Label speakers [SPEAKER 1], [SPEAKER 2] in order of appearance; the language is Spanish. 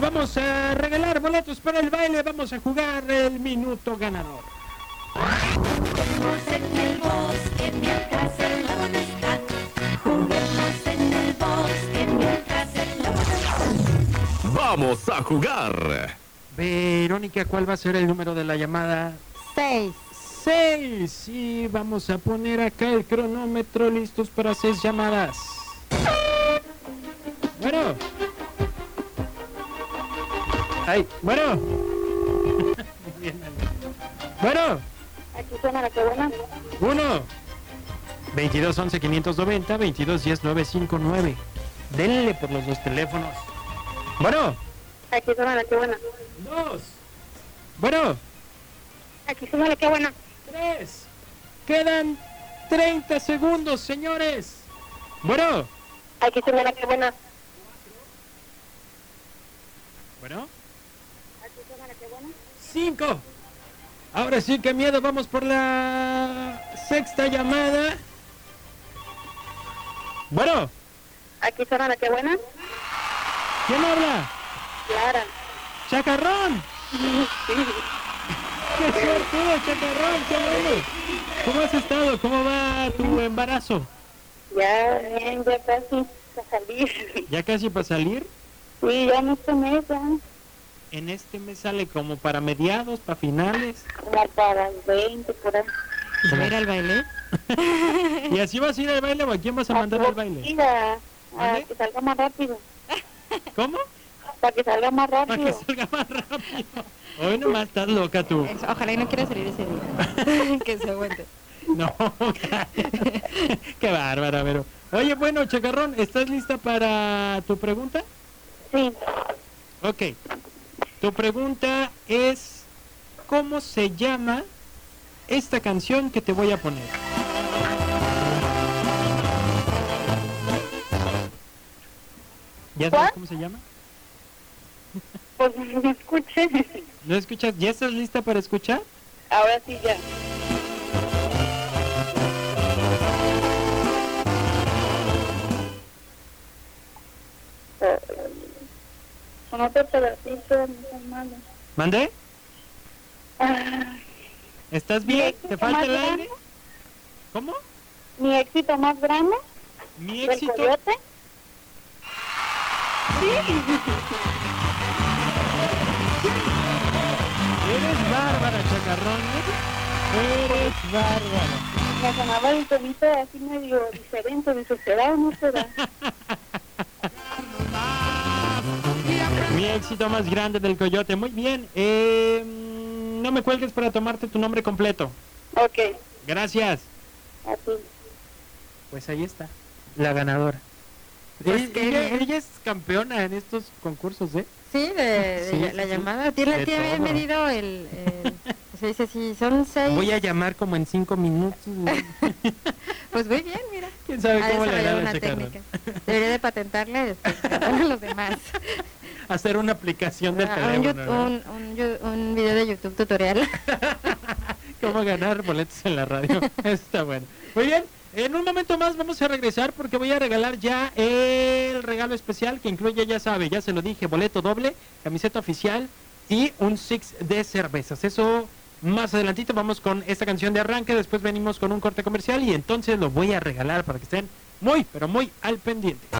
[SPEAKER 1] vamos a regalar boletos para el baile, vamos a jugar el minuto ganador.
[SPEAKER 2] Juguemos en el bosque mientras el lobo no está. Juguemos en el bosque mientras el lobo no está.
[SPEAKER 3] Vamos a jugar.
[SPEAKER 1] Verónica, ¿cuál va a ser el número de la llamada?
[SPEAKER 4] Seis.
[SPEAKER 1] 6. Y vamos a poner acá el cronómetro listos para seis llamadas. Bueno. Ay, bueno. Muy bien, Ale. Bueno,
[SPEAKER 5] Aquí suena la caverna.
[SPEAKER 1] 1. 22 11 590 22 10 959. Denle por los dos teléfonos. Bueno,
[SPEAKER 5] Aquí suena la que buena.
[SPEAKER 1] dos. Bueno.
[SPEAKER 5] Aquí suena la que buena.
[SPEAKER 1] 3. Quedan 30 segundos, señores. Bueno.
[SPEAKER 5] Aquí suena la que buena.
[SPEAKER 1] Bueno.
[SPEAKER 5] Aquí suena la que buena.
[SPEAKER 1] 5. Ahora sí, qué miedo. Vamos por la sexta llamada. Bueno.
[SPEAKER 5] Aquí suena la que buena.
[SPEAKER 1] ¿Quién habla?
[SPEAKER 5] Clara.
[SPEAKER 1] ¡Chacarrón! ¡Qué suertudo, Chacarrón! ¡Qué bueno! ¿Cómo has estado? ¿Cómo va tu embarazo?
[SPEAKER 5] Ya, bien, ya casi a salir.
[SPEAKER 1] ¿Ya casi para salir?
[SPEAKER 5] Sí, ya no este mes, ya.
[SPEAKER 1] En este mes sale como para mediados, para finales.
[SPEAKER 5] Como para el 20, por ahí.
[SPEAKER 4] ¿Y va a ir al baile?
[SPEAKER 1] ¿Y así vas a ir al baile o a quién vas a mandar al baile?
[SPEAKER 5] Rápida, Para
[SPEAKER 1] ¿Mande?
[SPEAKER 5] que salga más rápido.
[SPEAKER 1] ¿Cómo?
[SPEAKER 5] Para que salga más
[SPEAKER 1] Para que
[SPEAKER 5] rápido.
[SPEAKER 1] salga más rápido. Hoy nomás estás loca tú.
[SPEAKER 4] Eso, Ojalá y no quiera salir ese día. que se aguante.
[SPEAKER 1] No, qué bárbara, Vero. Oye, bueno, Chacarrón, ¿estás lista para tu pregunta?
[SPEAKER 5] Sí.
[SPEAKER 1] Ok. Tu pregunta es, ¿cómo se llama esta canción que te voy a poner? ¿Ya sabes
[SPEAKER 5] ¿Cuál?
[SPEAKER 1] cómo se llama?
[SPEAKER 5] Pues me escuché.
[SPEAKER 1] ¿No escuchas? ¿Ya estás lista para escuchar?
[SPEAKER 5] Ahora sí ya. Eh, Con otro pedacito, no son malos.
[SPEAKER 1] ¿Mandé?
[SPEAKER 5] Ah,
[SPEAKER 1] ¿Estás bien?
[SPEAKER 5] éxito
[SPEAKER 1] ¿Te falta
[SPEAKER 5] más
[SPEAKER 1] el aire?
[SPEAKER 5] grande?
[SPEAKER 1] ¿Cómo?
[SPEAKER 5] Mi éxito más grande,
[SPEAKER 1] Mi
[SPEAKER 5] del
[SPEAKER 1] éxito.
[SPEAKER 5] coyote.
[SPEAKER 1] Eres bárbara, Chacarrón. ¿eh? Eres bárbara.
[SPEAKER 5] Me sonaba el tonito así medio diferente, de será o no será.
[SPEAKER 1] Mi éxito más grande del coyote. Muy bien. eh, mm, no me cuelgues para tomarte tu nombre completo.
[SPEAKER 5] Ok,
[SPEAKER 1] Gracias.
[SPEAKER 5] a ti.
[SPEAKER 1] Pues ahí está. La ganadora.
[SPEAKER 4] Pues qué
[SPEAKER 1] ella,
[SPEAKER 4] bien.
[SPEAKER 1] ella es campeona en estos concursos, ¿eh?
[SPEAKER 4] Sí, de, de
[SPEAKER 1] Sí,
[SPEAKER 4] la-
[SPEAKER 1] sí,
[SPEAKER 4] la
[SPEAKER 1] sí.
[SPEAKER 4] llamada. Tiene
[SPEAKER 1] De
[SPEAKER 4] que haber
[SPEAKER 1] todo.
[SPEAKER 4] medido el... el- se dice así, son seis.
[SPEAKER 1] Voy a llamar como en cinco minutos.
[SPEAKER 4] Pues muy bien, mira.
[SPEAKER 1] ¿Quién sabe
[SPEAKER 4] Ha
[SPEAKER 1] cómo le
[SPEAKER 4] desarrollado
[SPEAKER 1] hará
[SPEAKER 4] una
[SPEAKER 1] ese cabrón?
[SPEAKER 4] técnica. Debería de patentarla y después a los demás.
[SPEAKER 1] Hacer una aplicación del
[SPEAKER 4] Ah,
[SPEAKER 1] teléfono.
[SPEAKER 4] un, yu-
[SPEAKER 1] ¿verdad?
[SPEAKER 4] un- un yu- un video de YouTube tutorial.
[SPEAKER 1] Cómo ganar boletos en la radio. Está bueno. Muy bien. En un momento más vamos a regresar porque voy a regalar ya el regalo especial que incluye, ya sabe, ya se lo dije, boleto doble, camiseta oficial y un six de cervezas. Eso más adelantito vamos con esta canción de arranque, después venimos con un corte comercial y entonces lo voy a regalar para que estén muy, pero muy al pendiente.